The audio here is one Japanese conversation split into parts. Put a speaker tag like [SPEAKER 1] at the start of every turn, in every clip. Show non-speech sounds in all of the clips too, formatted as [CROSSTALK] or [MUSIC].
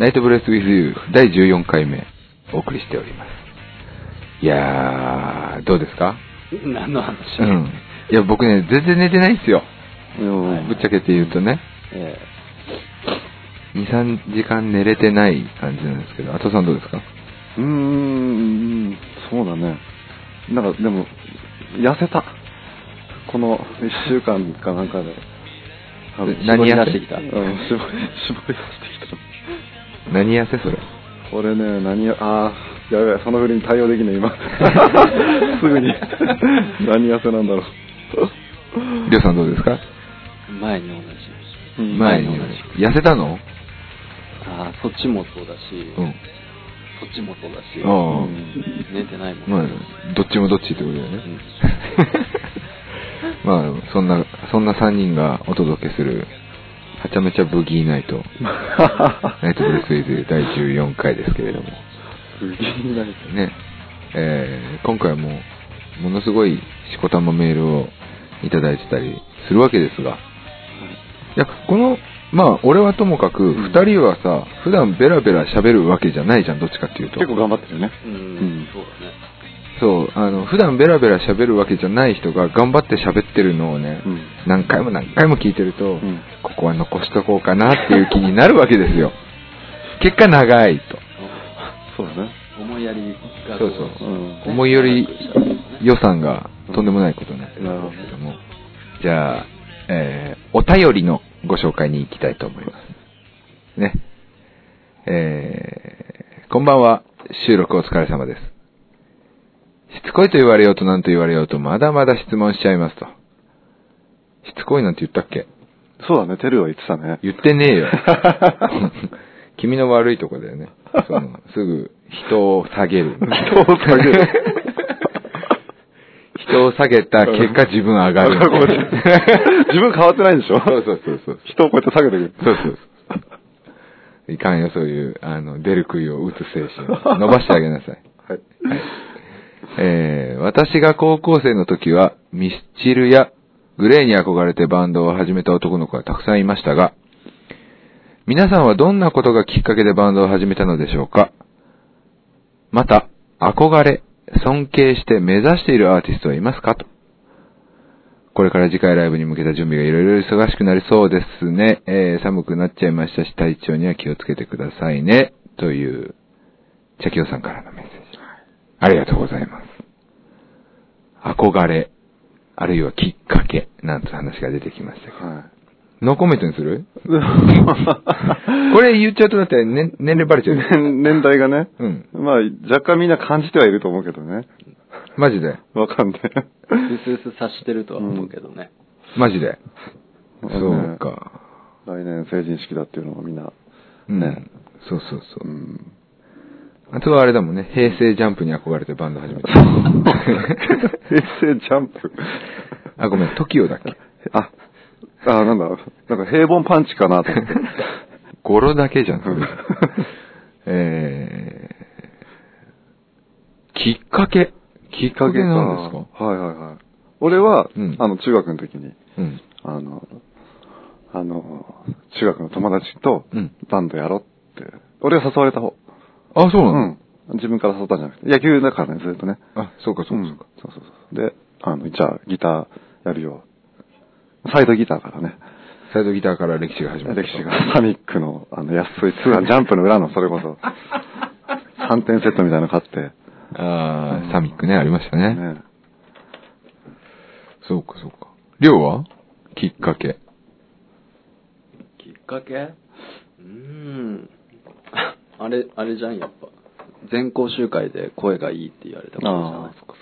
[SPEAKER 1] ナイトブレス with you 第14回目お送りしております。いやー、どうですか
[SPEAKER 2] 何の話
[SPEAKER 1] うん。いや、僕ね、全然寝てないんですよ。も
[SPEAKER 2] はいう
[SPEAKER 1] ぶっちゃけて言うとね、
[SPEAKER 2] え
[SPEAKER 1] 2、3時間寝れてない感じなんですけど、あとさんどうですか
[SPEAKER 3] うーん、そうだね。なんかでも、痩せた。この1週間かなんかで。あの
[SPEAKER 1] 何
[SPEAKER 3] 絞り出
[SPEAKER 1] 痩せ
[SPEAKER 3] してきた。うん、絞り、絞り出してき
[SPEAKER 1] 何痩せそれ。
[SPEAKER 3] た。俺ね、何や、あー、やべえ、その振りに対応できな
[SPEAKER 1] [LAUGHS]
[SPEAKER 3] い、今。すぐに。何痩せなんだろう。
[SPEAKER 1] りょうさんどうですか
[SPEAKER 2] 前に同じ
[SPEAKER 3] うん
[SPEAKER 1] 前に
[SPEAKER 2] 同じ。
[SPEAKER 1] 痩せたの
[SPEAKER 2] ああ、そっちもそうだし、
[SPEAKER 1] うん。
[SPEAKER 2] そっちもそうだし、
[SPEAKER 1] ああ
[SPEAKER 2] うん寝てないも
[SPEAKER 1] ま
[SPEAKER 2] ん、
[SPEAKER 1] あ、どっちもどっちってことだよね。 [LAUGHS] まあ、そんな、そんな3人がお届けする、はちゃめちゃブギーナイト、ナイトブルースウィズ第14回ですけれども、
[SPEAKER 3] すげえない。
[SPEAKER 1] ね、えー今回も、ものすごいしこたまメールをいただいてたりするわけですが、いや、この、まあ、俺はともかく、
[SPEAKER 3] ん
[SPEAKER 1] 2人はさ、普段ベラベラ喋るわけじゃないじゃん、どっちかっていうと。
[SPEAKER 3] 結構頑張ってるね。
[SPEAKER 2] うん、
[SPEAKER 3] うん
[SPEAKER 2] そうだね。
[SPEAKER 1] そう、あの、普段ベラベラ喋るわけじゃない人が頑張って喋ってるのをね、
[SPEAKER 3] うん
[SPEAKER 1] 何回も何回も聞いてると、
[SPEAKER 3] ん
[SPEAKER 1] ここは残しとこうかなっていう気になるわけですよ。結果長いと。
[SPEAKER 3] そうだね。
[SPEAKER 2] 思いやりが
[SPEAKER 1] そ
[SPEAKER 2] こ
[SPEAKER 1] うそう。
[SPEAKER 3] うん
[SPEAKER 1] 思いより
[SPEAKER 2] よ
[SPEAKER 1] 予算がとんでもないことになってるんですけども。じゃあ、えーお便りのご紹介に行きたいと思います。ね。えーこんばんは。収録お疲れ様です。しつこいと言われようと何と言われようとまだまだ質問しちゃいますと。しつこいなんて言ったっけ
[SPEAKER 3] そうだね、テルは言ってたね。
[SPEAKER 1] 言ってね
[SPEAKER 3] [LAUGHS]
[SPEAKER 1] えよ。君の悪いとこだよね。そのすぐ人を下げる。
[SPEAKER 3] 人を下げる。
[SPEAKER 1] [LAUGHS] 人を下げた結果自分上がる。
[SPEAKER 3] ごめんなさい自分変わってないんでしょ
[SPEAKER 1] そうそうそうそう。
[SPEAKER 3] 人をこうやって下げてくる。
[SPEAKER 1] そうそうそう。いかんよ、そういう、あの、出る杭を打つ精神。伸ばしてあげなさい。
[SPEAKER 3] はい。
[SPEAKER 1] えー私が高校生の時は、ミスチルやグレーに憧れてバンドを始めた男の子がたくさんいましたが、皆さんはどんなことがきっかけでバンドを始めたのでしょうかまた、憧れ、尊敬して目指しているアーティストはいますかと。これから次回ライブに向けた準備がいろいろ忙しくなりそうですね。えー寒くなっちゃいましたし、体調には気をつけてくださいね。という、チャキオさんからのメッセージ。ありがとうございます。憧れ、あるいはきっかけ、なんて話が出てきましたけど。
[SPEAKER 3] は
[SPEAKER 1] ノーコメントにす
[SPEAKER 3] [LAUGHS]
[SPEAKER 1] る
[SPEAKER 3] い。
[SPEAKER 1] これ言っちゃうとだって、ね、年齢バレちゃうよ。
[SPEAKER 3] 年 [LAUGHS] 年代がね、
[SPEAKER 1] うん
[SPEAKER 3] まあ若干みんな感じてはいると思うけどね。
[SPEAKER 1] マジで。
[SPEAKER 3] わかん [LAUGHS] ない。
[SPEAKER 2] うすうす察してるとは思うけどね。
[SPEAKER 1] マジで。
[SPEAKER 3] うん
[SPEAKER 1] そうか。
[SPEAKER 3] 来年成人式だっていうのもみんな。
[SPEAKER 1] うん
[SPEAKER 3] ね。
[SPEAKER 1] そうそうそうう。
[SPEAKER 3] ん。
[SPEAKER 1] あとはあれだもんね、平成ジャンプに憧れてバンド始めた。
[SPEAKER 3] 平成ジャンプ。
[SPEAKER 1] あ、ごめん、TOKIO だっけ
[SPEAKER 3] あ、あ、なんだ、なんか平凡パンチかなと思 [LAUGHS] って。
[SPEAKER 1] 語呂だけじゃん、それ
[SPEAKER 3] うん
[SPEAKER 1] えー、きっかけ。きっかけなんですか
[SPEAKER 3] [LAUGHS] はいはいはい。俺は、
[SPEAKER 1] うん
[SPEAKER 3] あの、中学の時に、
[SPEAKER 1] うん。
[SPEAKER 3] あの、あの、中学の友達と
[SPEAKER 1] うん
[SPEAKER 3] バンドやろうって。俺が誘われた方。
[SPEAKER 1] あ、そうなの、
[SPEAKER 3] うん。自分から誘ったんじゃなくて、野球だからね、ずっとね。
[SPEAKER 1] あ、そうかそうかそうか。
[SPEAKER 3] うんそうそうそう。で、あの、じゃあ、ギターやるよ。サイドギターからね。
[SPEAKER 1] サイドギターから歴史が始まった。
[SPEAKER 3] 歴史が、サミックの、あの、安いツアー、ジャンプの裏の、それこ
[SPEAKER 1] [LAUGHS]
[SPEAKER 3] そ、3点セットみたいなの買って。
[SPEAKER 1] あ
[SPEAKER 3] う
[SPEAKER 1] ー
[SPEAKER 3] ん
[SPEAKER 1] サミックね、ありましたね。
[SPEAKER 3] ね
[SPEAKER 1] そうかそうか。りょうはきっかけ。
[SPEAKER 2] きっかけうーん。あれ、あれじゃん、やっぱ。全校集会で声がいいって言われたからじゃな
[SPEAKER 3] あ
[SPEAKER 2] い
[SPEAKER 3] あ、そっか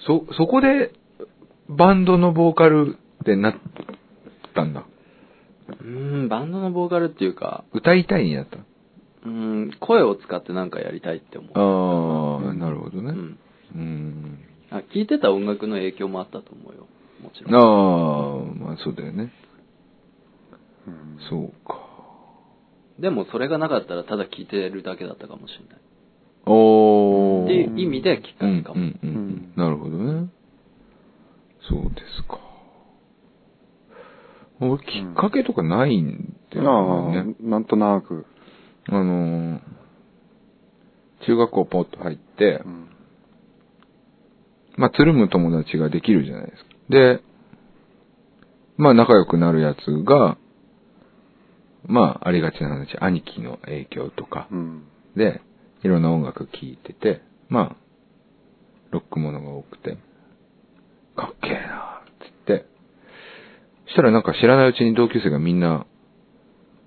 [SPEAKER 3] そっか。
[SPEAKER 1] そ、そこで、バンドのボーカルってなったんだ。
[SPEAKER 2] うーん、バンドのボーカルっていうか、
[SPEAKER 1] 歌いたいになった。
[SPEAKER 2] うーん、声を使ってなんかやりたいって思う。
[SPEAKER 1] あー、なるほどね。
[SPEAKER 2] うん。
[SPEAKER 1] うん。
[SPEAKER 2] あ、聞いてた音楽の影響もあったと思うよ。もち
[SPEAKER 1] あー、
[SPEAKER 2] ろん。
[SPEAKER 1] まあそうだよね。
[SPEAKER 3] うん
[SPEAKER 1] そうか。
[SPEAKER 2] でもそれがなかったらただ聞いてるだけだったかもしれない。
[SPEAKER 1] おー。
[SPEAKER 2] っていう意味できっか
[SPEAKER 1] う
[SPEAKER 2] け
[SPEAKER 1] ん
[SPEAKER 2] か
[SPEAKER 1] う
[SPEAKER 2] も。
[SPEAKER 1] んうん
[SPEAKER 3] うん
[SPEAKER 1] なるほどね。そうですか。俺、きっかけとかないんだ
[SPEAKER 3] あ
[SPEAKER 1] よね。
[SPEAKER 3] あ、なんとなく。
[SPEAKER 1] あのー中学校ポッと入って、
[SPEAKER 3] うん
[SPEAKER 1] まあ、つるむ友達ができるじゃないですか。で、まあ、仲良くなるやつが、まあ、ありがちな話、兄貴の影響とか
[SPEAKER 3] う、ん
[SPEAKER 1] で、いろんな音楽聴いてて、まあ、ロックものが多くて、かっけえなーっつって、したらなんか知らないうちに同級生がみんな、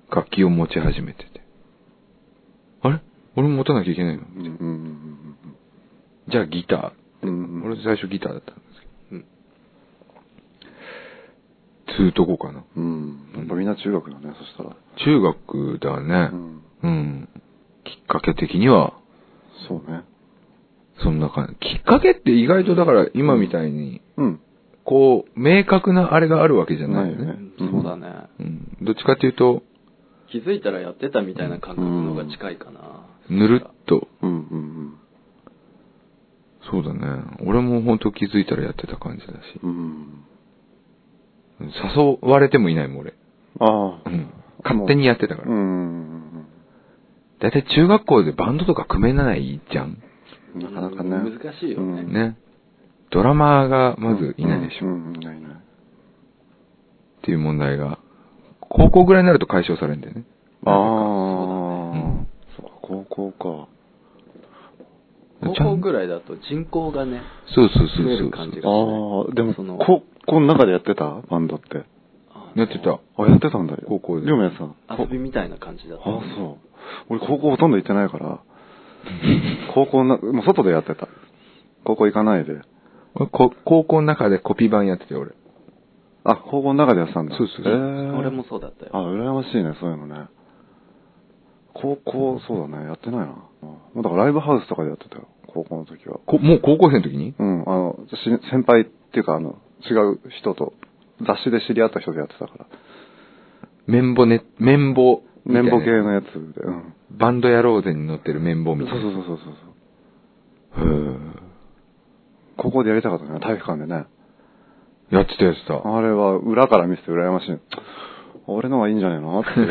[SPEAKER 1] 楽器を持ち始めてて、あれ俺も持たなきゃいけないの
[SPEAKER 3] うんうん
[SPEAKER 1] じゃあギタ
[SPEAKER 3] うん
[SPEAKER 1] ー。
[SPEAKER 3] うん
[SPEAKER 1] 俺最初ギターだったんです
[SPEAKER 2] うん。
[SPEAKER 1] けど、つうとこかな。
[SPEAKER 3] うんやっぱみんな中学だねそしたら
[SPEAKER 1] 中学だね
[SPEAKER 3] う。ん
[SPEAKER 1] うん。きっかけ的には、
[SPEAKER 3] そうね
[SPEAKER 1] そんな感じ。きっかけって意外とだから今みたいに、
[SPEAKER 3] うん
[SPEAKER 1] こう、明確なあれがあるわけじゃないよ
[SPEAKER 3] ないよ
[SPEAKER 1] ね
[SPEAKER 3] ね。
[SPEAKER 2] うんそうだね。
[SPEAKER 1] うん。どっちかっていうと、
[SPEAKER 2] 気づいたらやってたみたいな感覚の方が近いかな。
[SPEAKER 1] ぬるっと。
[SPEAKER 3] うんうん
[SPEAKER 1] そうだね。俺も本当気づいたらやってた感じだし。
[SPEAKER 3] うんうん
[SPEAKER 1] 誘われてもいないもん、俺。
[SPEAKER 3] あ
[SPEAKER 1] う
[SPEAKER 3] あ
[SPEAKER 1] ん。勝手にやってたから
[SPEAKER 3] う。ん
[SPEAKER 1] だいたい中学校でバンドとか組めないじゃん。
[SPEAKER 3] なかなかね
[SPEAKER 2] うん難しいよね
[SPEAKER 3] うん
[SPEAKER 1] ね。ドラマーがまずいないでしょ。
[SPEAKER 3] う
[SPEAKER 1] っ
[SPEAKER 3] んうんいないいない
[SPEAKER 1] ていう問題が、高校ぐらいになると解消されるんだよね。
[SPEAKER 3] ああ
[SPEAKER 1] うん
[SPEAKER 3] そうか高校か
[SPEAKER 2] 高校ぐらいだと人口がね、
[SPEAKER 1] そうそうそう
[SPEAKER 2] 増え
[SPEAKER 1] そ
[SPEAKER 2] る
[SPEAKER 1] う
[SPEAKER 2] 感じが
[SPEAKER 3] ああでも
[SPEAKER 2] その
[SPEAKER 3] 高校の中でやってたバンドって
[SPEAKER 2] あ
[SPEAKER 1] やってた。
[SPEAKER 3] あやってたんだよ
[SPEAKER 1] 高校で
[SPEAKER 3] りょうめいさん
[SPEAKER 2] 遊びみたいな感じだっ
[SPEAKER 3] あ
[SPEAKER 2] た。
[SPEAKER 3] そう俺高校ほとんど行ってないから高校なもう外でやってた高校行かないで
[SPEAKER 1] 俺こ高校の中でコピー版やってて、俺。
[SPEAKER 3] あ高校の中でやってたんだ
[SPEAKER 1] そうそうそう
[SPEAKER 3] へえ
[SPEAKER 2] 俺もそうだったよ。
[SPEAKER 3] あ羨ましいねそういうのね高校そうだねやってないなうんもうだからライブハウスとかでやってたよ高校の時は
[SPEAKER 1] こもう高校生の時に
[SPEAKER 3] うんあのし先輩っていうかあの違う人と雑誌で知り合った人でやってたから
[SPEAKER 1] 綿棒ね、綿棒。
[SPEAKER 3] 綿棒系。のやつでうん
[SPEAKER 1] バンドやろうぜに乗ってる綿棒
[SPEAKER 3] そう
[SPEAKER 1] みたい
[SPEAKER 3] そう
[SPEAKER 1] な。
[SPEAKER 3] そうそうそうそう
[SPEAKER 1] へー
[SPEAKER 3] 高校でやりたかったね体育館でね
[SPEAKER 1] やってたやってた。
[SPEAKER 3] あれは裏から見せて羨ましい。俺のがいいんじゃね
[SPEAKER 1] [LAUGHS]
[SPEAKER 3] えのって。
[SPEAKER 2] で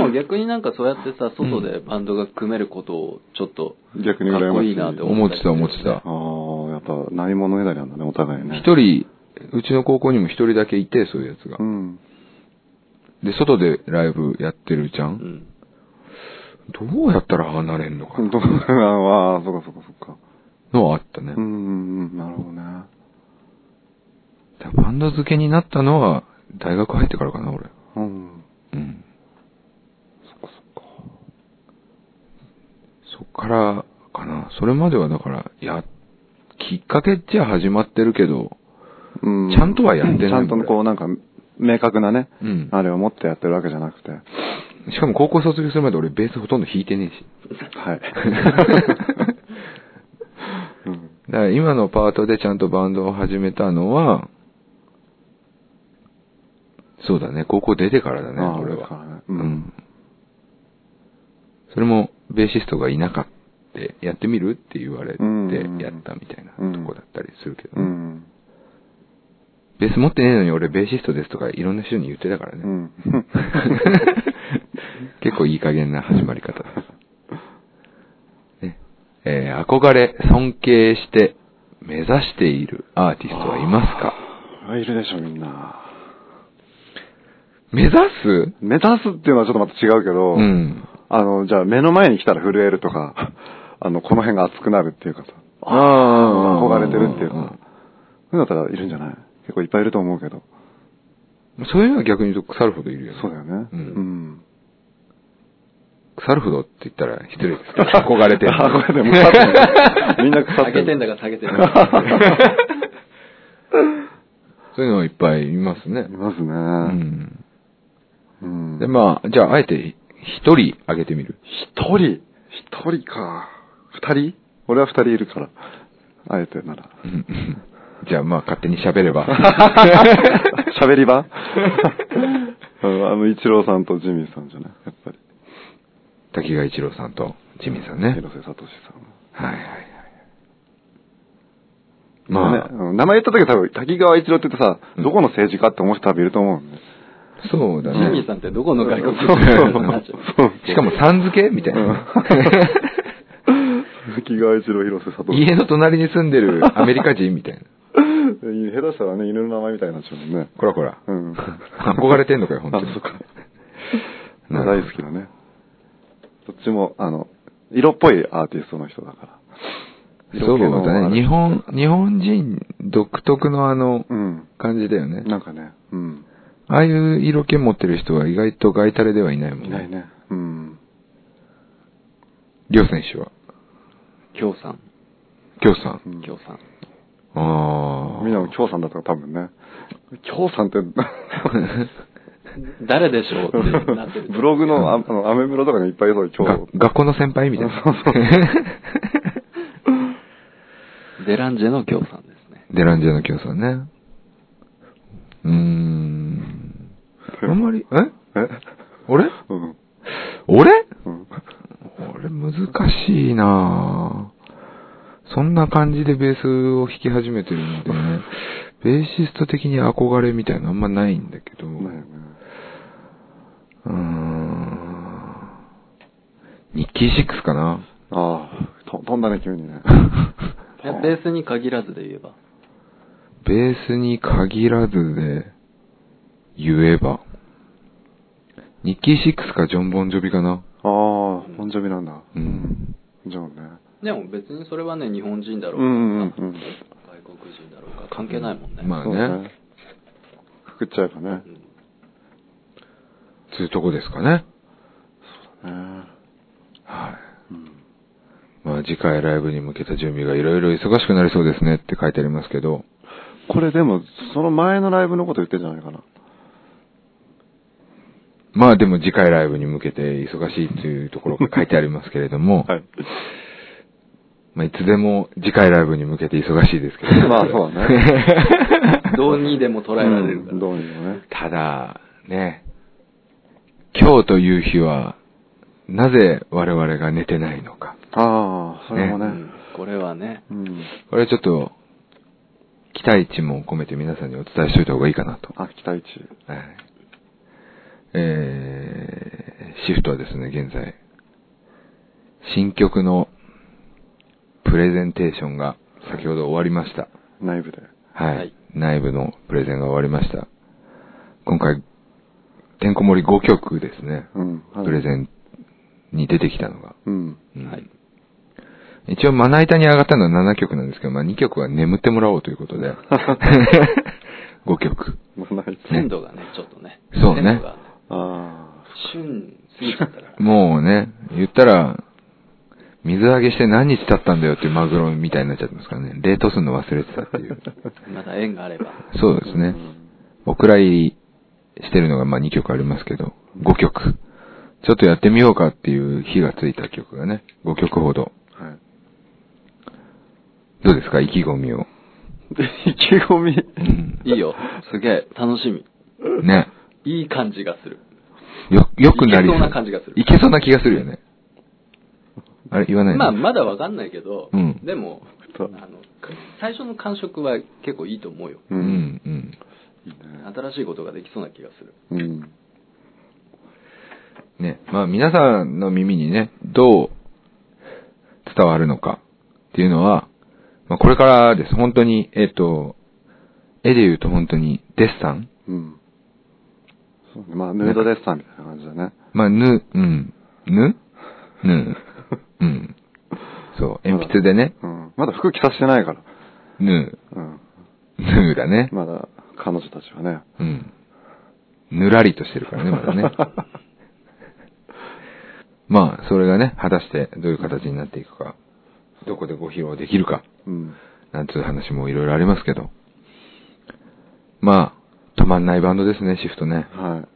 [SPEAKER 2] も逆になんかそうやってさ、外でバンドが組めることをちょっと、
[SPEAKER 3] 逆に羨ましい。
[SPEAKER 2] かっこいいなって
[SPEAKER 1] 思ってた思ってた。
[SPEAKER 3] ああ、やっぱ何者ねだりなんだね、お互いね。
[SPEAKER 1] 一人、うちの高校にも一人だけいて、そういうやつが
[SPEAKER 3] う。ん。 [LAUGHS]
[SPEAKER 1] で、外でライブやってるじゃ。
[SPEAKER 2] うんん。
[SPEAKER 1] どうやったら離れんのかな
[SPEAKER 3] どうああ、そっかそっかそっか。
[SPEAKER 1] のはあったね。
[SPEAKER 3] うんうんうん、なるほどね。
[SPEAKER 1] だからバンド付けになったのは、大学入ってからかな、俺。
[SPEAKER 3] うん。
[SPEAKER 1] うん。
[SPEAKER 3] そっか
[SPEAKER 1] そっからかな。それまではだから、や、きっかけっちゃ始まってるけど、
[SPEAKER 3] そっか。う
[SPEAKER 1] ちゃんとはやってない
[SPEAKER 3] ちゃんと
[SPEAKER 1] これ
[SPEAKER 3] こうなんか、明確なね、
[SPEAKER 1] うん
[SPEAKER 3] あれを持ってやってるわけじゃなくて。は
[SPEAKER 1] しかも高校卒業するまで俺ベースほとんど弾いてねえし。 [LAUGHS]
[SPEAKER 3] い。うん
[SPEAKER 1] だから今のパートでちゃんとバンドを始めたのは、そうだね、高校出てからだね、
[SPEAKER 3] ああ
[SPEAKER 1] 俺
[SPEAKER 3] 出てから
[SPEAKER 1] は
[SPEAKER 3] ね。うん
[SPEAKER 1] それも、ベーシストがいなかった、やってみるって言われて
[SPEAKER 3] うんうんうん
[SPEAKER 1] やったみたいなとこだったりするけど
[SPEAKER 3] う
[SPEAKER 1] ね、
[SPEAKER 3] ん。
[SPEAKER 1] ベース持ってねえのに俺ベーシストですとかいろんな人に言ってたからね。
[SPEAKER 3] うん
[SPEAKER 1] [LAUGHS]
[SPEAKER 3] [LAUGHS]
[SPEAKER 1] 結構いい加減な始まり方です。ねえー憧れ、尊敬して、目指しているアーティストはいますか
[SPEAKER 3] あいるでしょ、みんな。
[SPEAKER 1] 目指す
[SPEAKER 3] 目指すっていうのはちょっとまた違うけど、
[SPEAKER 1] うん。
[SPEAKER 3] あの、じゃあ目の前に来たら震えるとか、 [LAUGHS] あの、この辺が熱くなるっていうかさ、
[SPEAKER 1] ああ
[SPEAKER 3] 憧れてるっていう
[SPEAKER 1] うんうん
[SPEAKER 3] か、そういうのだったらいるんじゃない結構いっぱいいると思うけど。
[SPEAKER 1] そういうのは逆に言うと腐るほどいるよね。
[SPEAKER 3] そうだよね。
[SPEAKER 1] うん
[SPEAKER 3] ん。
[SPEAKER 1] 腐るほどって言ったら失礼ですけど、憧れてる。
[SPEAKER 3] [LAUGHS] 憧れてる。もう腐って [LAUGHS] るみんな腐って
[SPEAKER 2] 上
[SPEAKER 3] る。
[SPEAKER 2] げてんだか下げてんだか。
[SPEAKER 1] そういうのはいっぱいいますね
[SPEAKER 3] [LAUGHS] い。ますね。
[SPEAKER 1] うん。
[SPEAKER 3] うん
[SPEAKER 1] で、まあ、じゃあ、あえて一人挙げてみる。
[SPEAKER 3] 一人一人か。二人俺は二人いるから。あえてなら。
[SPEAKER 1] うんじゃあ、まあ、勝手に喋れば。
[SPEAKER 3] [LAUGHS] 喋
[SPEAKER 1] [LAUGHS]
[SPEAKER 3] り場 [LAUGHS] うんあの、一郎さんとジミーさんじゃないやっぱり。
[SPEAKER 1] 滝川一郎さんとジミーさんね。はい
[SPEAKER 3] 広瀬聡さん。
[SPEAKER 1] はいはい。
[SPEAKER 3] まあ、
[SPEAKER 1] まあ
[SPEAKER 3] ね、うん名前言った時は多分、滝川一郎って言ってさ、
[SPEAKER 1] うん
[SPEAKER 3] どこの政治家って思う人多分いると思うんで。
[SPEAKER 1] そうだね。
[SPEAKER 2] ジミーさんってどこの外国人
[SPEAKER 3] そうそう
[SPEAKER 2] みたいになっちゃ
[SPEAKER 3] そう
[SPEAKER 1] しかもさん付けみたいな。
[SPEAKER 3] [LAUGHS] 鈴木が一郎広瀬佐藤。
[SPEAKER 1] 家の隣に住んでるアメリカ人みたい
[SPEAKER 3] [LAUGHS]
[SPEAKER 1] な。
[SPEAKER 3] 下手したらね、犬の名前みたいになっちゃうもんね。
[SPEAKER 1] こらこら。
[SPEAKER 3] うん
[SPEAKER 1] 憧れてんのかよ、本当に。
[SPEAKER 3] あ、そっか。
[SPEAKER 1] なる
[SPEAKER 3] 大
[SPEAKER 1] ほど
[SPEAKER 3] 好きだね。どっちも、あの、色っぽいアーティストの人だから。
[SPEAKER 1] そう
[SPEAKER 3] 色気のあ
[SPEAKER 1] だ
[SPEAKER 3] る
[SPEAKER 1] ね。日本、日本人独特のあの
[SPEAKER 3] う、ん。
[SPEAKER 1] 感じだよね。
[SPEAKER 3] なんかね、うん。
[SPEAKER 1] ああいう色気持ってる人は意外と外タレではいないもん
[SPEAKER 3] いない。ね。うん。
[SPEAKER 1] りょう選手は。
[SPEAKER 2] う。京さん。
[SPEAKER 1] きょうさん。
[SPEAKER 3] うん
[SPEAKER 2] 京さん。
[SPEAKER 1] ああ。
[SPEAKER 3] みんなも京さんだったから多分ね。京さんって、
[SPEAKER 2] 誰でしょうってなってる。
[SPEAKER 3] ブログの、ああの、アメブロとかにいっぱいいそう、京。
[SPEAKER 1] が学校の先輩みたいな。
[SPEAKER 3] そうそう
[SPEAKER 2] デランジェの京さんですね。
[SPEAKER 1] [LAUGHS] デランジェの京さんね。うーん。あんまり、え
[SPEAKER 3] え
[SPEAKER 1] 俺
[SPEAKER 3] うん。
[SPEAKER 1] 俺
[SPEAKER 3] うん。
[SPEAKER 1] 俺難しいなぁ。そんな感じでベースを弾き始めてるのでね、ベーシスト的に憧れみたいなのあんまないんだけど、
[SPEAKER 3] ないよね
[SPEAKER 1] う。ーん。ニッキーシックスかな
[SPEAKER 3] ああ、と飛んだね、急にね。
[SPEAKER 2] いやベースに限らずで言えば。
[SPEAKER 1] ベースに限らずで言えば、ニッキーシックスかジョン・ボンジョビかな
[SPEAKER 3] ああ、ボンジョビなんだ。
[SPEAKER 1] うん。
[SPEAKER 3] じゃあね。
[SPEAKER 2] でも別にそれはね、日本人だろう
[SPEAKER 3] う
[SPEAKER 2] が、
[SPEAKER 3] んうんうん。
[SPEAKER 2] 外国人だろうか、関係ないもんね。
[SPEAKER 1] まあ
[SPEAKER 3] そう
[SPEAKER 1] ね。。
[SPEAKER 3] くくっちゃえばね。
[SPEAKER 2] うん
[SPEAKER 1] そういうとこですかね。
[SPEAKER 3] ね
[SPEAKER 1] はい。
[SPEAKER 3] うん
[SPEAKER 1] まあ次回ライブに向けた準備がいろいろ忙しくなりそうですねって書いてありますけど、
[SPEAKER 3] これでも、その前のライブのこと言ってんじゃないかな。
[SPEAKER 1] まあでも次回ライブに向けて忙しいというところが書いてありますけれども、
[SPEAKER 3] はい。
[SPEAKER 1] まあいつでも次回ライブに向けて忙しいですけど、
[SPEAKER 3] まあそうだね。
[SPEAKER 1] [LAUGHS]
[SPEAKER 2] どうにでも捉えられるか
[SPEAKER 3] うん
[SPEAKER 2] ら。
[SPEAKER 3] どうにもね。
[SPEAKER 1] ただ、ね、今日という日は、なぜ我々が寝てないのか。
[SPEAKER 3] ああ、それも
[SPEAKER 2] う
[SPEAKER 3] ね
[SPEAKER 2] ん。これはね、
[SPEAKER 3] うん。
[SPEAKER 1] これはちょっと、期待値も込めて皆さんにお伝えしといた方がいいかなと。
[SPEAKER 3] あ、期待値。
[SPEAKER 1] はい。えー、シフトはですね、現在、新曲のプレゼンテーションが先ほど終わりました。
[SPEAKER 3] 内部で。
[SPEAKER 1] はい。
[SPEAKER 2] はい
[SPEAKER 1] 内部のプレゼンが終わりました。今回、てんこ盛り5曲ですね。
[SPEAKER 3] うんはい
[SPEAKER 1] プレゼンに出てきたのが。
[SPEAKER 3] うん。
[SPEAKER 1] うん
[SPEAKER 2] はい
[SPEAKER 1] 一応、まな板に上がったのは7曲なんですけど、まあ、2曲は眠ってもらおうということ
[SPEAKER 3] [LAUGHS]
[SPEAKER 1] で、5曲。
[SPEAKER 3] まあ、ない
[SPEAKER 2] 鮮度がね、ちょっとね。
[SPEAKER 1] そうね
[SPEAKER 2] 鮮度が
[SPEAKER 3] あ
[SPEAKER 2] 旬過ぎちゃったから。
[SPEAKER 1] [LAUGHS] もうね、言ったら、水揚げして何日経ったんだよっていうマグロみたいになっちゃってますからね。冷凍するの忘れてたって
[SPEAKER 3] [LAUGHS]
[SPEAKER 1] いう。
[SPEAKER 2] まだ縁があれば。
[SPEAKER 1] そうですね。お蔵入りしてるのがまあ2曲ありますけど、5曲。ちょっとやってみようかっていう火がついた曲がね、5曲ほど。
[SPEAKER 3] あ。はい。
[SPEAKER 1] どうですか意気込みを。
[SPEAKER 3] で、意気込み。
[SPEAKER 1] うん
[SPEAKER 2] いいよ。すげえ、楽しみ。
[SPEAKER 1] ね。
[SPEAKER 2] いい感じがする。
[SPEAKER 1] よ、よくなり
[SPEAKER 2] いけそうな感じがする
[SPEAKER 1] いけそうな気がするよね。あれ言わないの
[SPEAKER 2] まあ、まだわかんないけど、
[SPEAKER 1] うん
[SPEAKER 2] でも、あ
[SPEAKER 3] そう
[SPEAKER 2] の、最初の感触は結構いいと思うよ。
[SPEAKER 1] う、
[SPEAKER 3] うん。
[SPEAKER 1] うんん。
[SPEAKER 3] いいね
[SPEAKER 2] 新しいことができそうな気がする。
[SPEAKER 3] うん。
[SPEAKER 1] ね、まあ皆さんの耳にね、どう伝わるのかっていうのは、まあこれからです。本当に、えっ、と、絵で言うと本当にデッサン
[SPEAKER 3] うん。そうねまあ、ヌードデッサンみたいな感じだね。
[SPEAKER 1] まあ、ぬ、うん、ぬぬ、うん。そう、鉛筆でね、
[SPEAKER 3] うん。まだ服着させてないから。
[SPEAKER 1] ぬ、
[SPEAKER 3] うん。
[SPEAKER 1] [LAUGHS] ぬだね。
[SPEAKER 3] まだ、彼女たちはね。
[SPEAKER 1] うん。ぬらりとしてるからね、ま
[SPEAKER 3] [LAUGHS]
[SPEAKER 1] だね。まあ、それがね、果たしてどういう形になっていくか、どこでご披露できるか。
[SPEAKER 3] うん。
[SPEAKER 1] なんつう話もいろいろありますけど。まあ、止まんないバンドですね、シフトね。
[SPEAKER 3] は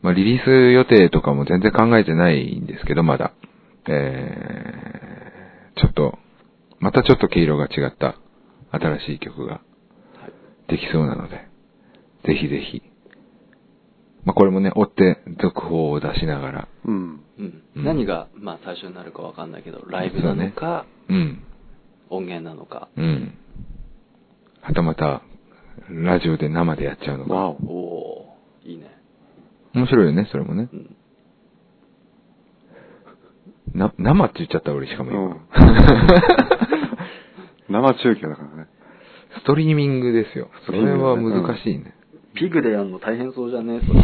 [SPEAKER 1] まあ、リリース予定とかも全然考えてないんですけど、まだ。えー、ちょっと、またちょっと毛色が違った新しい曲ができそうなので、ぜひぜひ。まあ、これもね、追って続報を出しながら、
[SPEAKER 3] い。うん。
[SPEAKER 2] うん。
[SPEAKER 1] うん
[SPEAKER 2] 何が、まあ、最初になるかわかんないけど、ライブなのか、
[SPEAKER 1] うん、
[SPEAKER 2] 音源なのか。
[SPEAKER 1] うん。はたまた、ラジオで生でやっちゃうのが。
[SPEAKER 3] わお。
[SPEAKER 2] おおーいいね。
[SPEAKER 1] 面白いよね、それもね
[SPEAKER 2] う。ん。
[SPEAKER 1] な、生って言っちゃった俺しかも今。
[SPEAKER 3] うん [LAUGHS] 生中継だから [LAUGHS] ね。
[SPEAKER 1] [LAUGHS] ストリーミングですよ。それは難しいね。
[SPEAKER 2] ピグでやるの大変そうじゃねそ [LAUGHS] れ。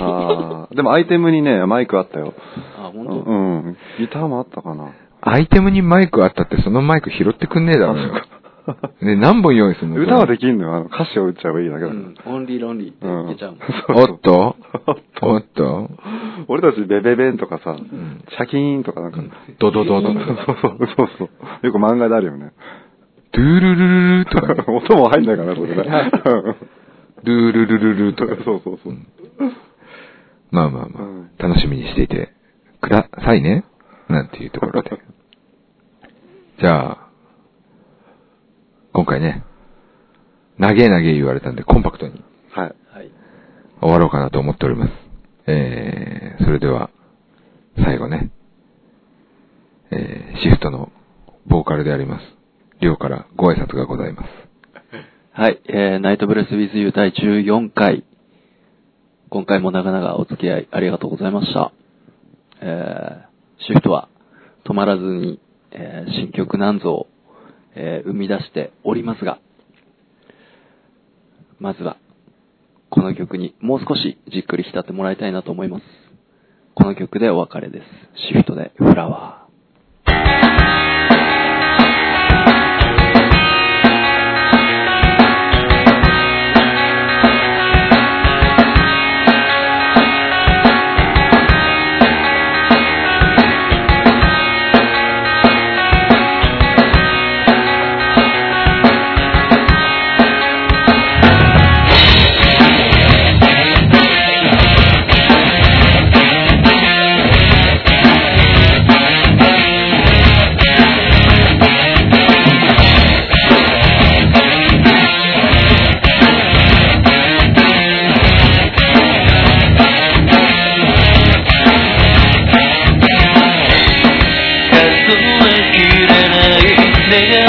[SPEAKER 3] ああ、でもアイテムにね、マイクあったよ。
[SPEAKER 2] あ、
[SPEAKER 3] う
[SPEAKER 2] 本当。
[SPEAKER 3] ん。ギターもあったかな。
[SPEAKER 1] アイテムにマイクあったってそのマイク拾ってくんねえだろうよ。ね、何本用意するの
[SPEAKER 3] 歌はで
[SPEAKER 1] き
[SPEAKER 3] きんのよ。あの歌詞を打っちゃえばいいだけだ
[SPEAKER 2] う
[SPEAKER 3] か
[SPEAKER 2] んオンリーロンリーって
[SPEAKER 3] ら。
[SPEAKER 2] いけちゃうもん。
[SPEAKER 1] おっとおっと
[SPEAKER 3] 俺たちベベベンとかさ、
[SPEAKER 1] ん
[SPEAKER 3] シャキーンとかなんか、
[SPEAKER 1] ドドドド。ド
[SPEAKER 3] そう
[SPEAKER 1] ゥ
[SPEAKER 3] そうそうそう。よく漫画であるよね。
[SPEAKER 1] ルルルルとかね、
[SPEAKER 3] [LAUGHS] 音も入んないからね、それね。
[SPEAKER 1] ドゥルルルルと
[SPEAKER 3] [LAUGHS]
[SPEAKER 1] か
[SPEAKER 3] そ
[SPEAKER 1] ね。
[SPEAKER 3] うそうそう。
[SPEAKER 1] まあまあ
[SPEAKER 3] う
[SPEAKER 1] ま
[SPEAKER 3] ん
[SPEAKER 1] あ、楽しみにしていてくださいね。なんていうとこ
[SPEAKER 3] [LAUGHS]
[SPEAKER 1] ろで。じゃあ、今回ね、長え長え言われたんでコンパクトに
[SPEAKER 3] はい。
[SPEAKER 2] はい。
[SPEAKER 1] 終わろうかなと思っております。えー、それでは、最後ね、えー、シフトのボーカルであります。りょうからご挨拶がございます。
[SPEAKER 2] はい、えー、ナイトブレスウィズユー第14回。今回も長々お付き合いありがとうございました。えー、シフトは止まらずに、えー新曲なんぞを、えー生み出しておりますが、まずは、この曲にもう少しじっくり浸ってもらいたいなと思います。この曲でお別れです。シフトでフラワー。
[SPEAKER 4] 数えきれない願い